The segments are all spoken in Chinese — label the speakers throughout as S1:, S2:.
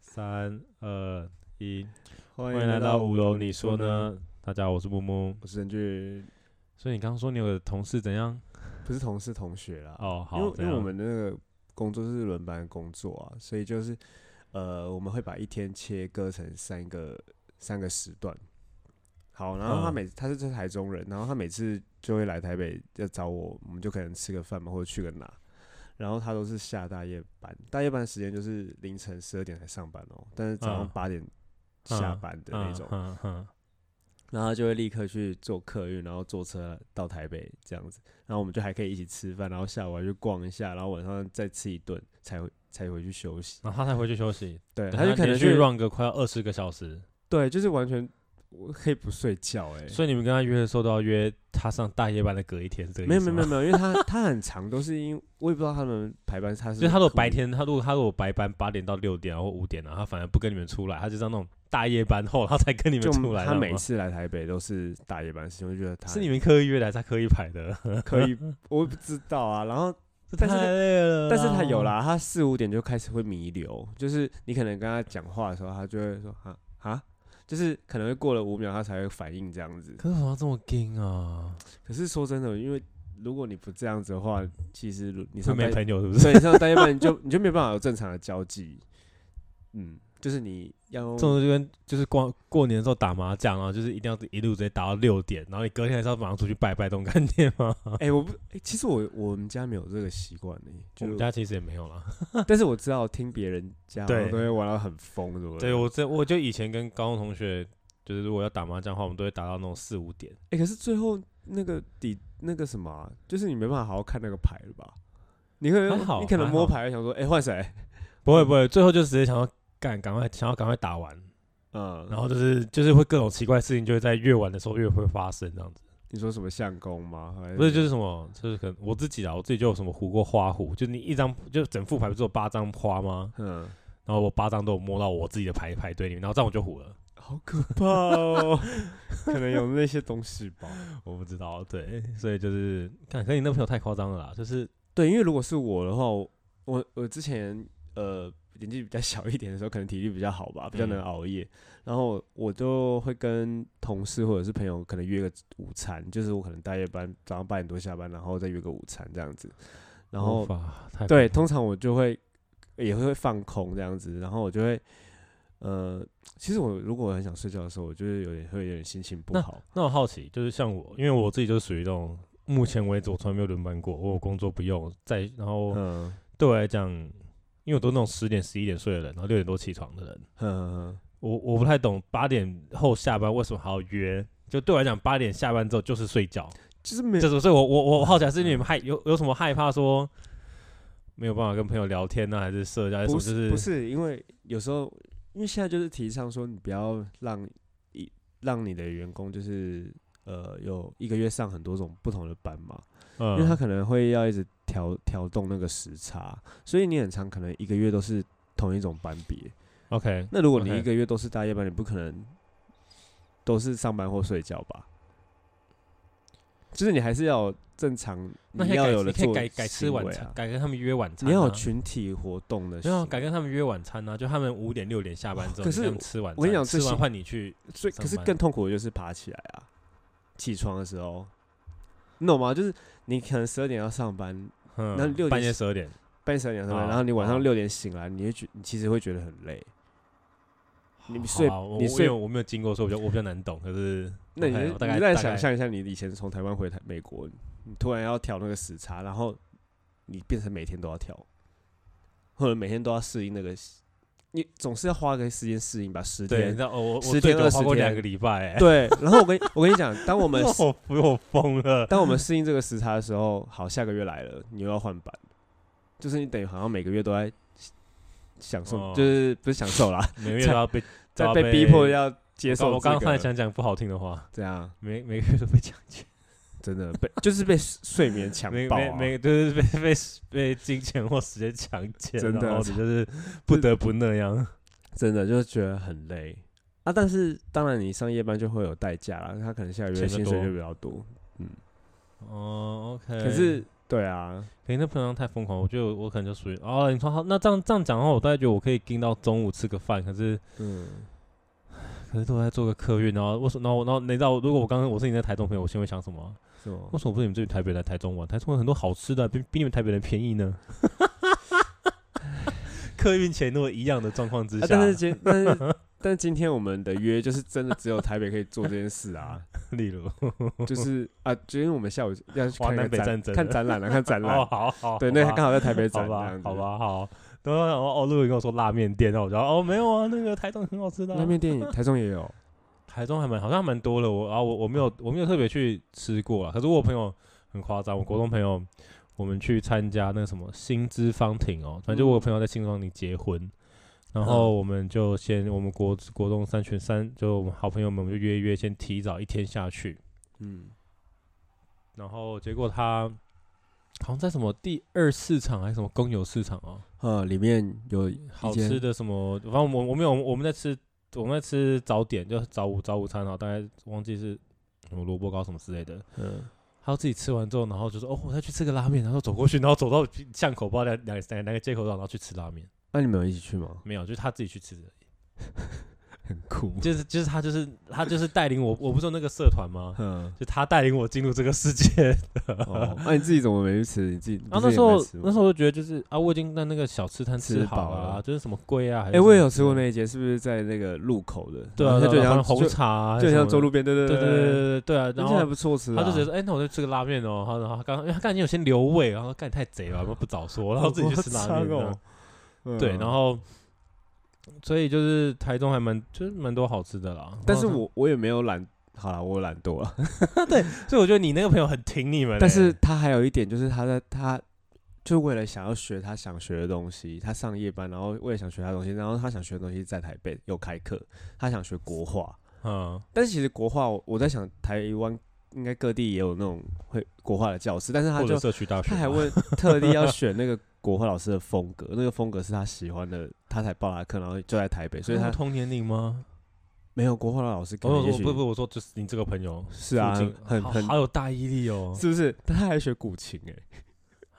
S1: 三二一，
S2: 欢
S1: 欢迎来到五楼。你说呢？大家好，我是木木。
S2: 我是陈俊，
S1: 所以你刚刚说你有个同事怎样？
S2: 不是同事同学啦。
S1: 哦，好，
S2: 因为
S1: 怎
S2: 因为
S1: 样
S2: 我们那个工作是轮班工作啊，所以就是呃，我们会把一天切割成三个三个时段。好，然后他
S1: 嗯
S2: 每、他是台中人，然后他每次就会来台北要找我，我们就可能吃个饭嘛，或者去个哪。然后他都是下大夜班，大夜班时间就是凌晨十二点才上班哦，但是早上
S1: 嗯
S2: 八点下
S1: 嗯
S2: 班的那种。
S1: 嗯嗯
S2: 然后他就会立刻去坐客运，然后坐车到台北这样子。然后我们就还可以一起吃饭，然后下午还去逛一下，然后晚上再吃一顿，才回才回去休息。
S1: 然后他才回去休息，
S2: 对，
S1: 等
S2: 他就可能
S1: 连续
S2: 是
S1: run 个快要二十个小时。
S2: 对，就是完全我可以不睡觉哎、
S1: 所以你们跟他约的时候都要约他上大夜班的隔一天，是这个
S2: 没
S1: 意
S2: 有
S1: 思
S2: 没有没
S1: 吗
S2: 有，没有，因为他他很长，都是因为我也不知道他们排班他是
S1: 就是他如果
S2: 故意
S1: 白天，他如果他如果白班八点到六点啊或五点啊，他反而不跟你们出来，他就上那种大夜班后，然后才跟你们
S2: 就
S1: 出来。
S2: 他
S1: 知道
S2: 每
S1: 吗
S2: 次来台北都是大夜班时间，我就觉得他
S1: 是你们刻意约的，还是他刻意排的？
S2: 可 以，我也不知道啊。然后
S1: 这
S2: 但是
S1: 太累了
S2: 但是他有，啦，他四五点就开始会弥留，就是你可能跟他讲话的时候，他就会说啊啊，就是可能会过了五秒，他才会反应这样子。
S1: 可是为什么要这么硬啊？
S2: 可是说真的，因为如果你不这样子的话，其实如你
S1: 是
S2: 上
S1: 没
S2: 班，
S1: 朋友是不是？
S2: 对，你上大夜班你就你就没办法有正常的交际。嗯，就是你要用
S1: 这种就跟就是过过年的时候打麻将啊，就是一定要一路直接打到六点，然后你隔天还是要马上出去拜拜，这种概念吗？
S2: 哎、我不哎、其实我我们家没有这个习惯呢，
S1: 我
S2: 就
S1: 们家其实也没有啦。
S2: 但是我知道听别人家好像
S1: 对
S2: 都会玩到很疯，对 不
S1: 对我这我就以前跟高中同学，就是如果要打麻将的话，我们都会打到那种四五点。
S2: 哎、可是最后那个底那个什么啊、就是你没办法好好看那个牌了吧？你可
S1: 还
S2: 能
S1: 好
S2: 你可能
S1: 还好
S2: 摸牌想说，哎、换谁？
S1: 不会不会，最后就直接想要干，赶快想要赶快打完，
S2: 嗯，
S1: 然后就是就是会各种奇怪的事情就会在越晚的时候越会发生这样子。
S2: 你说什么相公吗？还
S1: 不是就是什么，就是可能我自己啦，我自己就有什么胡过花胡，就你一张就整副牌不是有八张花吗？
S2: 嗯，
S1: 然后我八张都有摸到我自己的牌牌堆里面，然后这样我就胡了。
S2: 好可怕哦， 可能有那些东西吧。
S1: 我不知道，对，所以就是看，可你那朋友太夸张了啦，就是
S2: 对，因为如果是我的话，我我我之前呃年纪比较小一点的时候，可能体力比较好吧，比较能
S1: 嗯
S2: 熬夜，然后我就会跟同事或者是朋友可能约个午餐，就是我可能大夜班早上八点多下班，然后再约个午餐这样子，然后
S1: 无法太
S2: 对，通常我就会也会放空这样子，然后我就会，呃，其实我如果很想睡觉的时候，我就是有点会有点心情不好。
S1: 那我好奇，就是像我，因为我自己就属于那种目前为止我从来没有轮班过，我有工作不用在，然后
S2: 嗯
S1: 对我来讲，因为我都那种十点十一点睡的人，然后六点多起床的人，
S2: 嗯，
S1: 我我不太懂八点后下班为什么还要约。就对我来讲，八点下班之后就是睡觉，
S2: 就是没
S1: 这是所以我我我好奇的是
S2: 嗯
S1: 你们害有有什么害怕说没有办法跟朋友聊天啊呢、还是社交？还
S2: 不
S1: 什么
S2: 是
S1: 就
S2: 不是，因为有时候因为现在就是提倡说，你不要让一让你的员工就是呃有一个月上很多种不同的班嘛，
S1: 嗯，
S2: 因为他可能会要一直调调动那个时差，所以你很长可能一个月都是同一种班别。
S1: OK，
S2: 那如果你
S1: OK
S2: 一个月都是大夜班，你不可能都是上班或睡觉吧？就是你还是要有正常，
S1: 那
S2: 你
S1: 现在
S2: 要
S1: 改
S2: 有
S1: 你
S2: 的
S1: 可以
S2: 做
S1: 改改吃
S2: 行
S1: 晚
S2: 为
S1: 餐
S2: 啊，
S1: 改跟他们约晚餐、啊。
S2: 你要有群体活动的
S1: 没
S2: 行
S1: 有
S2: 为。
S1: 啊改跟他们约晚餐啊，就他们五点六点下班之后，
S2: 可是
S1: 你跟他们吃晚餐，
S2: 我跟你讲
S1: 吃
S2: 最
S1: 完
S2: 新
S1: 换你去，
S2: 所以可是
S1: 上班
S2: 更痛苦的就是爬起来啊，起床的时候，你懂吗？就是你可能十二点要上班，
S1: 嗯，
S2: 那6
S1: 半
S2: 点
S1: 夜
S2: 是
S1: 十二点，
S2: 半夜十二点上班，
S1: 哦
S2: 然后你晚
S1: 哦
S2: 上六点醒来，你会觉你其实会觉得很累。你
S1: 好
S2: 睡
S1: 吧我
S2: 你
S1: 我因为
S2: 睡
S1: 我没有经过，所以我比较我比较难懂。可是
S2: 那你
S1: OK，
S2: 就
S1: 我大概
S2: 你就再
S1: 大
S2: 想
S1: 概
S2: 象一下，你以前从台湾回台美国，你突然要调那个时差，然后你变成每天都要调，或者每天都要适应那个，你总是要花个时间适应吧，十
S1: 对，你
S2: 天
S1: 知。道哦我我我
S2: 10
S1: 最
S2: 天
S1: 久花
S2: 20
S1: 过两
S2: 天
S1: 个礼拜、欸，
S2: 对，然后我跟我跟你讲，当我 们
S1: 我我疯 了。
S2: 当我们适应这个时差的时候，好，下个月来了，你又要换版，就是你等于好像每个月都在享受，
S1: 哦
S2: 就是不是享受啦，
S1: 每个月都要被 都
S2: 在
S1: 要
S2: 被逼迫要接
S1: 我刚
S2: 受、
S1: 我刚刚突然想讲不好听的话，
S2: 这样，
S1: 每每个月都被强奸，
S2: 真的被就是被睡眠 强
S1: 每
S2: 暴、
S1: 每
S2: 啊，
S1: 每就是被被被金钱或时间强奸，
S2: 真的
S1: 然后你就是不得不那样。
S2: 真的就是觉得很累啊。但是当然，你上夜班就会有代价啦，他可能下个月
S1: 钱就
S2: 薪水
S1: 多
S2: 就比较多。
S1: 哦，OK。
S2: 可是对啊，
S1: 可能那平常太疯狂，我觉得我我可能就属于哦，你说好，那这样这样讲的话，我大概觉得我可以盯到中午吃个饭，可是
S2: 嗯，
S1: 可是都在做个客运，然后为什么？然后然后你知道，如果我刚刚我是你在台中朋友，我先会想什么啊？
S2: 是吗
S1: 为？什么不是你们这边台北来台中玩？台中有很多好吃的啊，比比你们台北人便宜呢。 客运钱如果一样的状况之
S2: 啊
S1: 下，
S2: 但是今但是 但今天我们的约就是真的只有台北可以做这件事啊，
S1: 例如
S2: 就是啊，就因为我们下午要去
S1: 华
S2: 看
S1: 南
S2: 个
S1: 北战
S2: 展
S1: 争
S2: 看展览啊，看展
S1: 哦，
S2: 览，
S1: 好好，
S2: 对，
S1: 好
S2: 那
S1: 吧
S2: 刚好在台北
S1: 好
S2: 展，这
S1: 吧
S2: 样，子
S1: 好，吧，好。然后哦，哦，路人跟我说拉面店，然后我就哦没有啊，那个台中很好吃的啊、
S2: 那边电影台中也 有，
S1: 台中还蛮好像还蛮多的，我啊我我没有我没有特别去吃过啊，可是我有朋友很夸张，我国中朋友我们去参加那个什么新知芳庭哦，反正就我有朋友在新知芳庭结婚，然后我们就先我们国国中三群三就我们好朋友们我们就约一约，先提早一天下去，
S2: 嗯，
S1: 然后结果他好像在什么第二市场还是什么公有市场哦，
S2: 呃，里面有一
S1: 好
S2: 间
S1: 吃的什么，反正我们我们有我们在吃我们在吃早点，就早午早午餐啊，大概忘记是什么萝卜糕什么之类的。
S2: 嗯，
S1: 他自己吃完之后，然后就说：“哦，我再去吃个拉面。”然后走过去，然后走到巷口，不知道哪哪哪哪个街口上，然后去吃拉面。
S2: 那你们有一起去 吗？
S1: 没有，就是他自己去吃的。
S2: 很酷，
S1: 就是就是他就是他就是带领我，我不是有那个社团吗？
S2: 嗯，
S1: 就他带领我进入这个世界。
S2: 哦，那你自己怎么没去吃？你自己
S1: 啊然后那时候那时候
S2: 候，
S1: 我就觉得就是啊，我已经在那个小吃摊
S2: 吃
S1: 好
S2: 饱
S1: 啊，
S2: 了
S1: 就是什么龟啊，还是
S2: 哎，我也
S1: 什么
S2: 有吃过
S1: 之类
S2: 那一间，是不是在那个路口的？
S1: 的对啊，
S2: 它就
S1: 对啊
S2: 像
S1: 反正红
S2: 就
S1: 茶啊，
S2: 就
S1: 还是什
S2: 像
S1: 么
S2: 周路边，对对
S1: 对对对对对啊，然
S2: 那间
S1: 后
S2: 还不错吃啊，
S1: 他就直接 说：“哎、那我就吃个拉面哦。”他然后他刚，因为他刚才有先留胃，然后干你太贼了， 不早说，然后自己去吃拉面这样。
S2: 哦。
S1: 对，然
S2: 后。
S1: 后所以就是台中还蛮就是蛮多好吃的啦。
S2: 但是我我也没有懒，好了，我懒惰了。
S1: 所以我觉得你那个朋友很挺你们欸、
S2: 但是他还有一点就是他在他就为了想要学他想学的东西，他上夜班，然后为了想学他的东西，然后他想学的东西在台北有开课，他想学国画。
S1: 嗯，
S2: 但是其实国画我，我在想台湾应该各地也有那种会国画的教室，但是他
S1: 或者
S2: 就
S1: 社区大学
S2: 他
S1: 嘛，
S2: 还问特地要选那个国画老师的风格， 那个风格是他喜欢的，他才报他课，然后就在台北，所以
S1: 跟我
S2: 他
S1: 同年龄吗？
S2: 没有国画老师可
S1: 我
S2: 能也
S1: 说
S2: 许
S1: 哦不不，我说就是你这个朋友
S2: 是啊
S1: 附近，
S2: 很
S1: 好
S2: 很
S1: 好有大毅力哦。
S2: 是不是？但他还学古琴哎、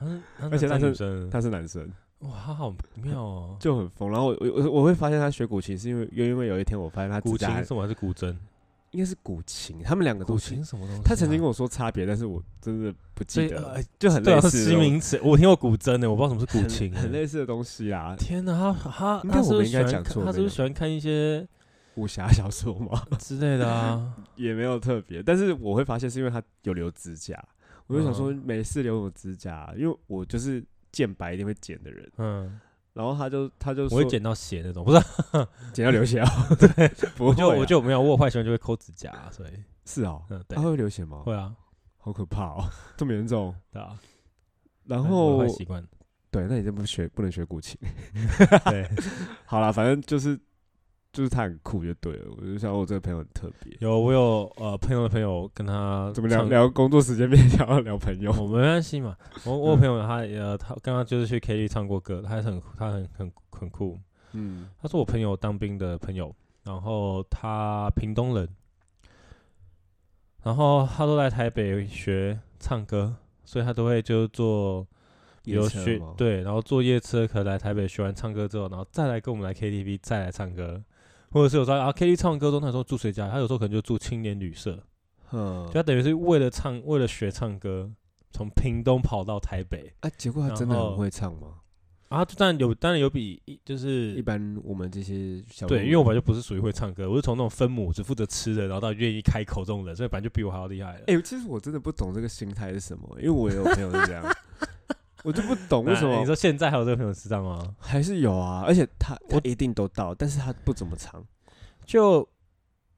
S1: 嗯，
S2: 而且
S1: 他
S2: 他
S1: 女
S2: 是
S1: 生，
S2: 他是男生。
S1: 哇，他好妙哦。
S2: 就很疯。然后我我我我会发现他学古琴，是因为因为有一天我发现他
S1: 古
S2: 指甲
S1: 琴
S2: 还
S1: 什么还是古筝？
S2: 应该是古琴，他们两个
S1: 古
S2: 都是
S1: 琴。什么东西啊、
S2: 他曾经跟我说差别，但是我真的不
S1: 所
S2: 记
S1: 以
S2: 得了，
S1: 呃
S2: 就 很
S1: 对
S2: 类
S1: 啊，
S2: 似的
S1: 新
S2: 东
S1: 名词，我听过古筝的，我不知道什么是古
S2: 很
S1: 琴欸。
S2: 很类似的东西啊。
S1: 天哪，他他
S2: 应该
S1: 他是
S2: 我
S1: 不是
S2: 们应
S1: 喜
S2: 该
S1: 欢
S2: 讲
S1: 看
S2: 错
S1: 他
S2: 没
S1: 是不
S2: 有
S1: 是喜欢看一些
S2: 武侠小说嘛，
S1: 之类的 啊？
S2: 也没有特别，但是我会发现是因为他有留指甲，我就想说
S1: 嗯
S2: 没事留什么指甲啊，因为我就是剪白一定会剪的人。
S1: 嗯，
S2: 然后他就他就
S1: 我
S2: 说
S1: 会剪到血那种，不是啊？
S2: 剪到流血啊， 对， 不
S1: 我
S2: 会
S1: 就
S2: 啊，
S1: 我就没有，我有坏习惯就会抠指甲啊，所以
S2: 是哦，
S1: 嗯，对
S2: 他，会流血吗？
S1: 会啊，
S2: 好可怕哦，这么严重。
S1: 对啊，
S2: 然
S1: 我
S2: 后
S1: 的坏习惯，
S2: 对，那你这不学不能学古琴。
S1: 对，
S2: 好啦，反正就是就是他很酷就对了。我就想我这个朋友很特别，
S1: 有我有呃朋友的朋友跟他
S2: 怎么聊
S1: 常
S2: 聊工作时间变聊到 聊朋友？
S1: 我没关系嘛，我我有
S2: 嗯
S1: 朋友他呃他刚刚就是去 K T 唱过歌，他还是很他很很很酷，
S2: 嗯，
S1: 他是我朋友当兵的朋友，然后他屏东人，然后他都来台北学唱歌，所以他都会就做有学
S2: 对，
S1: 对，然后坐夜车可能来台北学完唱歌之后，然后再来跟我们来 KTV 再来唱歌，或者是有时候啊 KTV 唱完歌之后，那时候住谁家？他有时候可能就住青年旅社，
S2: 嗯
S1: 就，他等于是为了唱为了学唱歌，从屏东跑到台北。
S2: 啊，结果他真的
S1: 然
S2: 很
S1: 后
S2: 会唱吗？
S1: 啊，就当然有，当然有比就是
S2: 一般我们这些小
S1: 对，
S2: 路
S1: 因为我本来就不是属于会唱歌，我是从那种分母只负责吃的，然后到愿意开口这种人，所以反正就比我还要厉害了。
S2: 哎、其实我真的不懂这个心态是什么，因为我也有朋友是这样，我就不懂
S1: 那
S2: 为什么
S1: 你说现在还有这个朋友是这样吗？
S2: 还是有啊，而且他
S1: 我
S2: 我一定都到，但是他不怎么唱，
S1: 就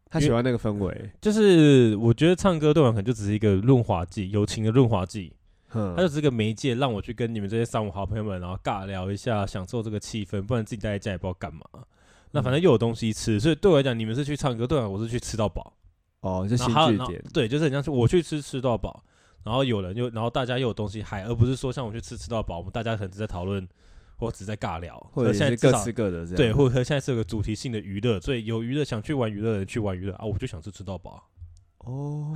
S2: 他喜欢那个氛围，
S1: 就是我觉得唱歌对我来讲可能就只是一个润滑剂，友情的润滑剂，
S2: 嗯，
S1: 它就只是个媒介，让我去跟你们这些三五好朋友们，然后尬聊一下，享受这个气氛，不然自己待在家也不知道干嘛。那
S2: 嗯
S1: 反正又有东西吃，所以对我来讲，你们是去唱歌，对我来讲我是去吃到饱。
S2: 哦，就
S1: 然
S2: 新
S1: 后还有
S2: 据
S1: 然后
S2: 点，
S1: 对，就是很像是我去吃吃到饱，然后有人又然后大家又有东西嗨，而不是说像我去吃吃到饱，我们大家可能只在讨论或只在尬聊，
S2: 或者
S1: 呃可现在
S2: 是
S1: 至
S2: 各
S1: 少
S2: 吃各的这样，
S1: 对，或者现在是有个主题性的娱乐，所以有娱乐想去玩娱乐的人去玩娱乐啊，我就想吃吃到饱。
S2: 哦，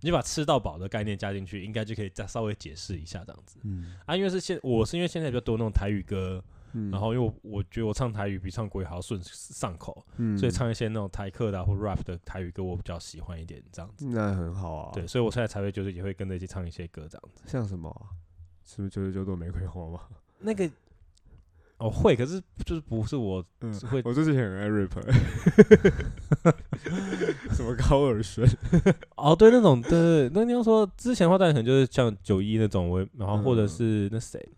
S1: 你把吃到饱的概念加进去，应该就可以再稍微解释一下这样子
S2: 嗯，
S1: 啊。因为是现我是因为现在比较多那种台语歌，
S2: 嗯
S1: 然后因为我我觉得我唱台语比唱国语还要顺上口，
S2: 嗯
S1: 所以唱一些那种台客的啊、或 rap 的台语歌，我比较喜欢一点这样子。
S2: 那很好啊。
S1: 对，，所以我现在才会就是也会跟着一起唱一些歌这样子。
S2: 像什么啊、是不是九十九朵玫瑰花吗？
S1: 那个哦会，可是就是不是我
S2: 嗯
S1: 会
S2: 我最近很 爱 rap，什么高尔宣，
S1: 哦，对那种对对，对那你要说之前的话，当然可能就是像九一那种，我也然后或者
S2: 嗯
S1: 是那谁。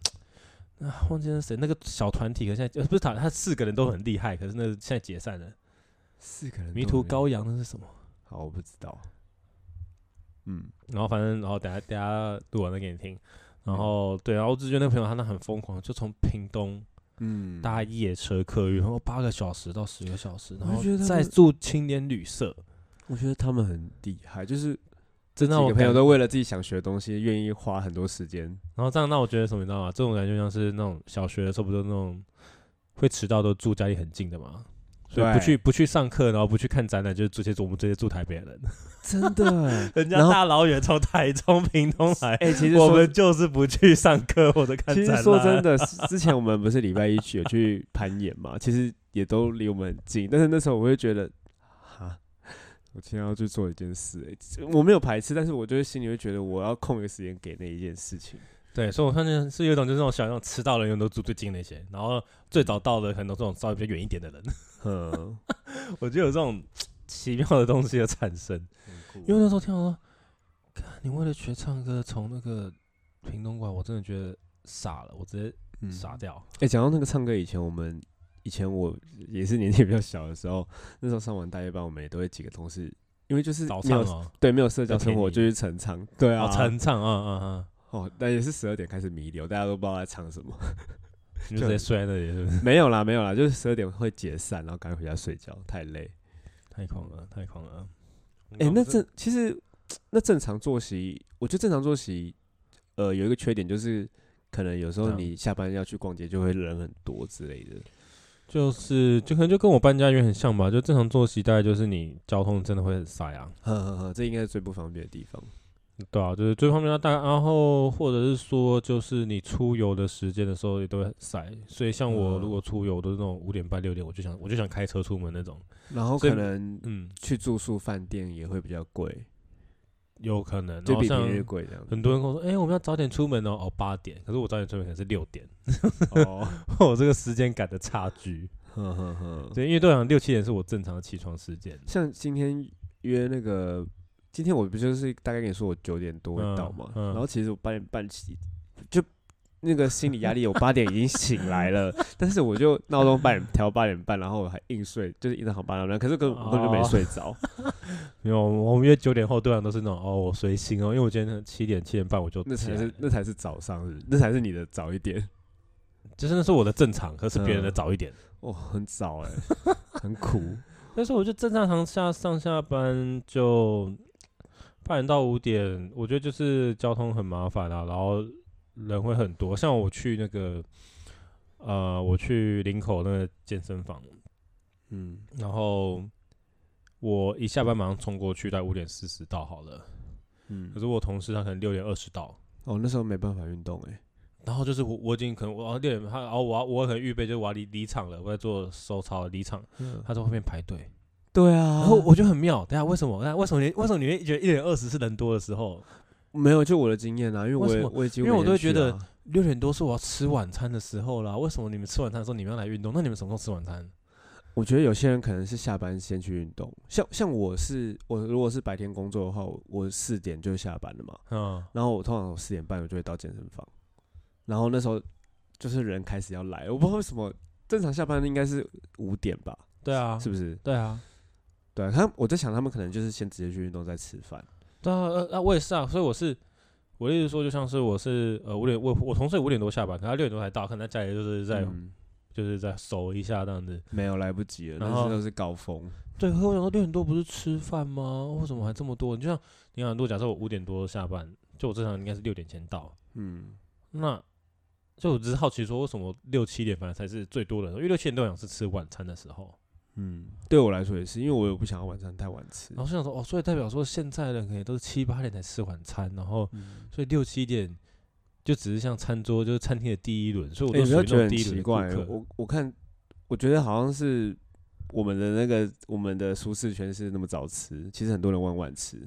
S1: 啊，忘记那谁，那个小团体，可是现在呃不是他，他四个人都很厉害，可是那现在解散了。
S2: 四个人
S1: 迷途羔羊那是什么？
S2: 好，我不知道。嗯，
S1: 然后反正，然后等下等下录完再给你听。然后对，然后我只觉得那个朋友他那很疯狂，就从屏东
S2: 嗯，
S1: 搭夜车客运，然后八个小时到十个小时，然
S2: 我就
S1: 后
S2: 觉得他
S1: 再
S2: 们
S1: 住青年旅社，
S2: 我觉得他们很厉害，就是
S1: 真的
S2: 几
S1: 让我
S2: 个朋友
S1: 感
S2: 都为了自己想学的东西，愿意花很多时间。
S1: 然后这样让我觉得什么，你知道吗？这种感觉就像是那种小学的时候，不都那种会迟到都住家里很近的嘛，所以不
S2: 对
S1: 去不去上课，然后不去看展览，就是这些我们这些住台北的人，，
S2: 真的
S1: 人
S2: 然
S1: 家
S2: 后
S1: 大老远从台中、屏东来，
S2: 哎、其实
S1: 我
S2: 说
S1: 们就是不去上课或者看
S2: 其
S1: 展
S2: 实
S1: 览。
S2: 说真，的，是之前我们不是礼拜一去有去攀岩嘛，其实也都离我们很近，但是那时候我会觉得，哈，我今天要去做一件事、欸，我没有排斥，但是我就是心里会觉得我要空一个时间给那一件事情。
S1: 对，所以我看见是有一种就是那种想让迟到的人都住最近那些，然后最早到的可能都是那种稍微比较远一点的人。
S2: 嗯，
S1: 我觉得有这种奇妙的东西的产生，因为那时候听我说，看你为了学唱歌从那个屏东过来，我真的觉得傻了，我直接
S2: 嗯
S1: 傻掉。
S2: 哎、讲到那个唱歌，以前我们以前我也是年纪比较小的时候，那时候上完大夜班，我们也都会几个同事，因为就是
S1: 早
S2: 没
S1: 唱
S2: 有
S1: 哦，
S2: 对没有社交生活
S1: 要
S2: 就
S1: 便
S2: 去晨唱，对啊，
S1: 哦，晨唱，嗯嗯嗯，
S2: 哦，但也是十二点开始弥留，大家都不知道在唱什么。
S1: 你就直接睡在那里，是不是？
S2: 没有啦，没有啦，就是十二点会解散，然后赶快回家睡觉，太累。
S1: 太狂了，太狂了。
S2: 哎、那
S1: 这
S2: 正其实那正常作息，我觉得正常作息，呃，有一个缺点就是，可能有时候
S1: 怎样
S2: 你下班要去逛街，就会人很多之类的。
S1: 就是就可能就跟我搬家也很像吧，就正常作息大概就是你交通真的会很塞啊，
S2: 呵呵呵，这应该是最不方便的地方。
S1: 对啊，就是最方便的大，然后或者是说就是你出游的时间的时候也都会很塞，所以像我
S2: 嗯
S1: 如果出游都是那种五点半六点，我就想我就想开车出门那种，
S2: 然后
S1: 所以
S2: 可能
S1: 嗯，
S2: 去住宿饭店也会比较贵，
S1: 有可能。然
S2: 就
S1: 后
S2: 比
S1: 像
S2: 平日贵这样子。
S1: 很多人跟我说，哎、我们要早点出门哦，哦八点，可是我早点出门可能是六点，
S2: 哦，
S1: 我这个时间感的差距。
S2: 呵呵呵。
S1: 对，因为对我讲六七点是我正常的起床时间。
S2: 像今天约那个，今天我不就是大概跟你说我九点多会到
S1: 嗯
S2: 嘛，
S1: 嗯
S2: 然后其实我八点半起，就那个心理压力，我八点已经醒来 了，但是我就闹钟八点调八点半，然后我还硬睡，就是硬到好八点半，可是根本根本就没
S1: 哦
S2: 睡 着，
S1: 没有，我们约九点后，对方都是那种哦，我随心哦，因为我今天七点七点半我就
S2: 那
S1: 起
S2: 才
S1: 来
S2: 是
S1: 了
S2: 那才是早上日，那才是你的早一点，
S1: 就是那是我的正常，可是别人的
S2: 嗯
S1: 早一点。
S2: 哦，很早哎、很苦，
S1: 但是我就正常上下上下班就八点到五点，我觉得就是交通很麻烦啊，然后人会很多。像我去那个呃，我去林口那个健身房，
S2: 嗯，
S1: 然后我一下班马上冲过去，在五点四十到好了。
S2: 嗯
S1: 可，是我同事他可能六点二十到，
S2: 哦，那时候没办法运动哎、
S1: 然后就是我我已经可能我哦六点他然后我要我可能预备就是我要离离场了，我在做收操离场，
S2: 嗯，
S1: 他在后面排队。
S2: 对啊，
S1: 然后我就很妙，等一下为什么？那为什么你为什么你会觉得一点二十是人多的时候？
S2: 没有就我的经验啊，因为
S1: 为
S2: 我
S1: 什
S2: 也
S1: 么
S2: 我也几
S1: 因
S2: 乎
S1: 为
S2: 每
S1: 我
S2: 天
S1: 都会
S2: 去
S1: 觉得
S2: 啊
S1: 六点多是我要吃晚餐的时候啦。为什么你们吃晚餐的时候你们要来运动？那你们什么时候吃晚餐？
S2: 我觉得有些人可能是下班先去运动，像像我是我如果是白天工作的话，我我四点就下班了嘛，
S1: 嗯，
S2: 然后我通常我四点半我就会到健身房，然后那时候就是人开始要来，我不知道为什么正常下班应该是五点吧，
S1: 对啊，
S2: 是不是？
S1: 对啊，
S2: 对啊，他们我在想他们可能就是先直接去运动再吃饭，
S1: 对啊，呃，啊我也是啊，所以我是我的意思说，就像是我是呃五点，我我同事也五点多下班，可他六点多才到，可能他家里就是在、哦
S2: 嗯
S1: 就是在熟一下这样子。
S2: 没有来不及了，
S1: 然
S2: 那
S1: 后
S2: 时候是高峰，
S1: 对，可我想说六点多不是吃饭吗？为什么还这么多？你就像你想，如果假设我五点多下班，就我正常应该是六点前到，
S2: 嗯，
S1: 那就我只是好奇说，为什么六七点反而才是最多的时候？因为六七点对我来讲是吃晚餐的时候，
S2: 嗯，对我来说也是，因为我也不想要晚上太晚吃
S1: 然。后就想说，哦，所以代表说现在的人可能都是七八点才吃晚餐，然后
S2: 嗯，
S1: 所以六七点就只是像餐桌，就是餐厅的第一轮，所以我
S2: 欸
S1: 都
S2: 你
S1: 属于
S2: 不要
S1: 那
S2: 觉
S1: 种
S2: 得很
S1: 第一
S2: 奇
S1: 轮
S2: 怪
S1: 的
S2: 欸，
S1: 顾客。
S2: 我我看，我觉得好像是我们的那个我们的舒适圈是那么早吃，其实很多人晚晚吃。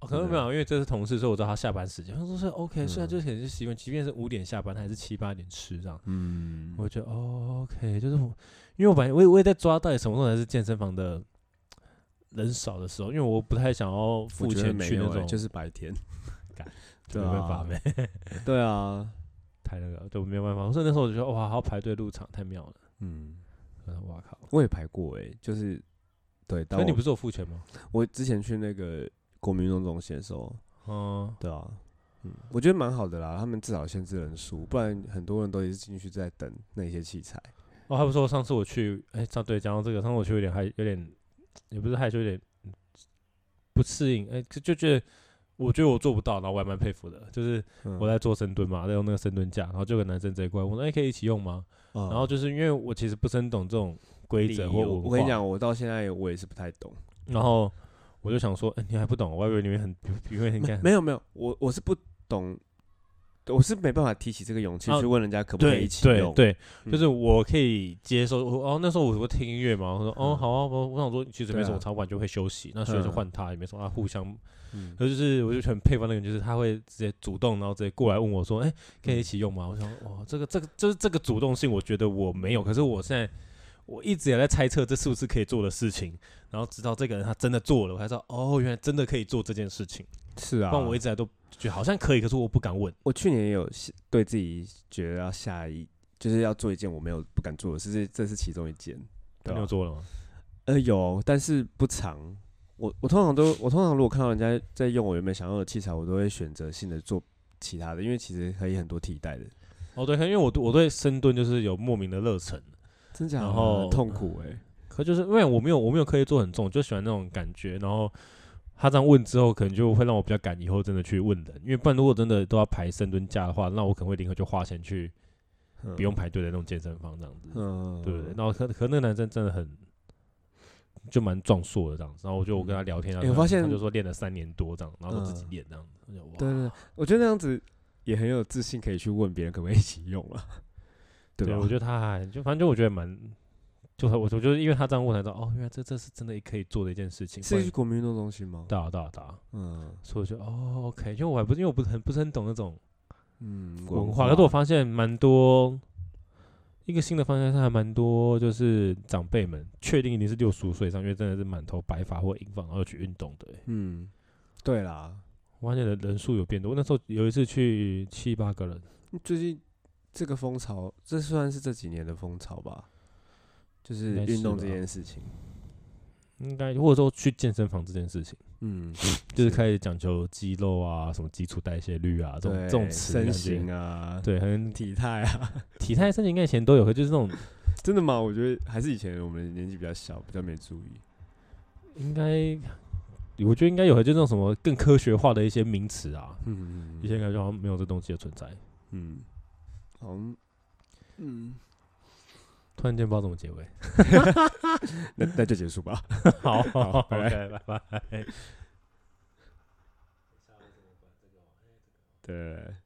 S1: 哦可能没有，因为这是同事，所以我知道他下班时间。他说是 OK，虽然
S2: 嗯
S1: 就可能是习惯，即便是五点下班，他还是七八点吃这样。
S2: 嗯，
S1: 我觉得哦，OK，就是我，因为我本来我也我也在抓到底什么时候才是健身房的人少的时候，因为我不太想要
S2: 我
S1: 付
S2: 觉得
S1: 钱
S2: 没
S1: 去那
S2: 有欸
S1: 种，
S2: 就是白 天。
S1: 就
S2: 对
S1: 没办
S2: 啊
S1: 法没
S2: 对啊，
S1: 太那个，就没有办法。所以那时候我就觉得哇，还要排队入场，太妙了。
S2: 嗯，
S1: 嗯哇靠！
S2: 我也排过哎、就是对，但
S1: 所以你
S2: 我
S1: 不是有付钱吗？
S2: 我之前去那个国民运动中心的时候，
S1: 嗯，
S2: 对啊，嗯，我觉得蛮好的啦，他们至少限制人数，不然很多人都一直进去在等那些器材。
S1: 哦，还不错。上次我去，哎、上对，讲到这个，上次我去有点害，有点也不是害羞，有点嗯不适应。哎、就就觉得，我觉得我做不到，然后我还蛮佩服的。就是
S2: 嗯
S1: 我在做深蹲嘛，在用那个深蹲架，然后就有个男生直接过来问，哎、可以一起用吗？
S2: 然
S1: 然后就是因为我其实不是很懂这种规则或文化，
S2: 嗯我跟你讲，我到现在我也是不太懂。
S1: 然后我就想说，哎、你还不懂，我还以为你们很， 以为很
S2: 没
S1: 干，
S2: 没有没有，我我是不懂，我是没办法提起这个勇气
S1: 啊
S2: 去问人家可不可以
S1: 对
S2: 一起
S1: 对
S2: 用。
S1: 对，
S2: 嗯
S1: 就是我可以接受。我哦，那时候我我听音乐嘛，我说哦
S2: 嗯
S1: 好啊，我我想说其实没什
S2: 对
S1: 么，
S2: 啊
S1: 早晚就会休息，那所以就
S2: 嗯
S1: 换他也没什么，啊互相
S2: 嗯，
S1: 可是就是我就很佩服那个人，就是他会直接主动，然后直接过来问我说：“哎、可以一起用吗？”我想，哇，这个这个就是这个主动性，我觉得我没有。可是我现在我一直也在猜测这是不是可以做的事情，然后直到这个人他真的做了，我才知道哦，原来真的可以做这件事情。
S2: 是啊。
S1: 不然我一直以来都觉得好像可以，可是我不敢问。
S2: 我去年也有下对自己觉得要下一，就是要做一件我没有不敢做的事，这这是其中一件。
S1: 你
S2: 对吧
S1: 有做了吗？
S2: 呃，有，但是不长。我我通常都我通常如果看到人家在用我原本想用的器材，我都会选择性的做其他的，因为其实可以很多替代的。
S1: 哦，对，可能因为我对我对深蹲就是有莫名的热忱，
S2: 真假的？
S1: 然后
S2: 很痛苦哎、
S1: 可就是因为我没有我没有刻意做很重，就喜欢那种感觉。然后他这样问之后，可能就会让我比较敢以后真的去问人，因为不然如果真的都要排深蹲架的话，那我可能会宁可就花钱去
S2: 嗯
S1: 不用排队的那种健身房这样子，
S2: 嗯，
S1: 对不对？然后可可那个男生真的很。就蛮壮硕的这样子，然后我就我跟他聊天，然后
S2: 欸我
S1: 他
S2: 发现
S1: 他就说练了三年多这样，然后都自己
S2: 嗯
S1: 练这样子，我就哇
S2: 对对对，我觉得那样子也很有自信，可以去问别人可不可以一起用啊，对
S1: 对啊
S2: 吧？
S1: 我觉得他还就反正就我觉得蛮，就是我我就是因为他这样问才知道，哦，原来这这是真的可以做的一件事情，不
S2: 是
S1: 然
S2: 去国民运动中心吗？
S1: 打打打。对啊
S2: 嗯
S1: 所以我就哦，OK，因为我还不是因为我不是很不是很懂那种
S2: 嗯，
S1: 文化，可是我发现蛮多一个新的方向上还蛮多，就是长辈们确定一定是六十五岁以上，因为真的是满头白发或银发，然后去运动的欸、
S2: 嗯，对啦，
S1: 我发现人人数有变多。我那时候有一次去七八个人，
S2: 最近这个风潮，这算是这几年的风潮吧，就是
S1: 应该是
S2: 运动这
S1: 吧
S2: 件事情。
S1: 应该或者说去健身房这件事情，
S2: 嗯，
S1: 就是
S2: 是
S1: 开始讲究肌肉啊，什么基础代谢率啊，这种
S2: 对
S1: 这种词
S2: 身
S1: 感觉
S2: 形啊，
S1: 对，很
S2: 体态啊，
S1: 体态身形应该以前都有，可就是那种
S2: 真的吗？我觉得还是以前我们年纪比较小，比较没注意。
S1: 应该，我觉得应该有就那种什么更科学化的一些名词啊，
S2: 嗯
S1: 以前感觉好像没有这东西的存在。
S2: 嗯，好像，嗯，
S1: 突然间不知道怎么结 尾。
S2: 那那就结束吧。
S1: 好
S2: 好拜拜
S1: ，OK，拜拜。
S2: 对。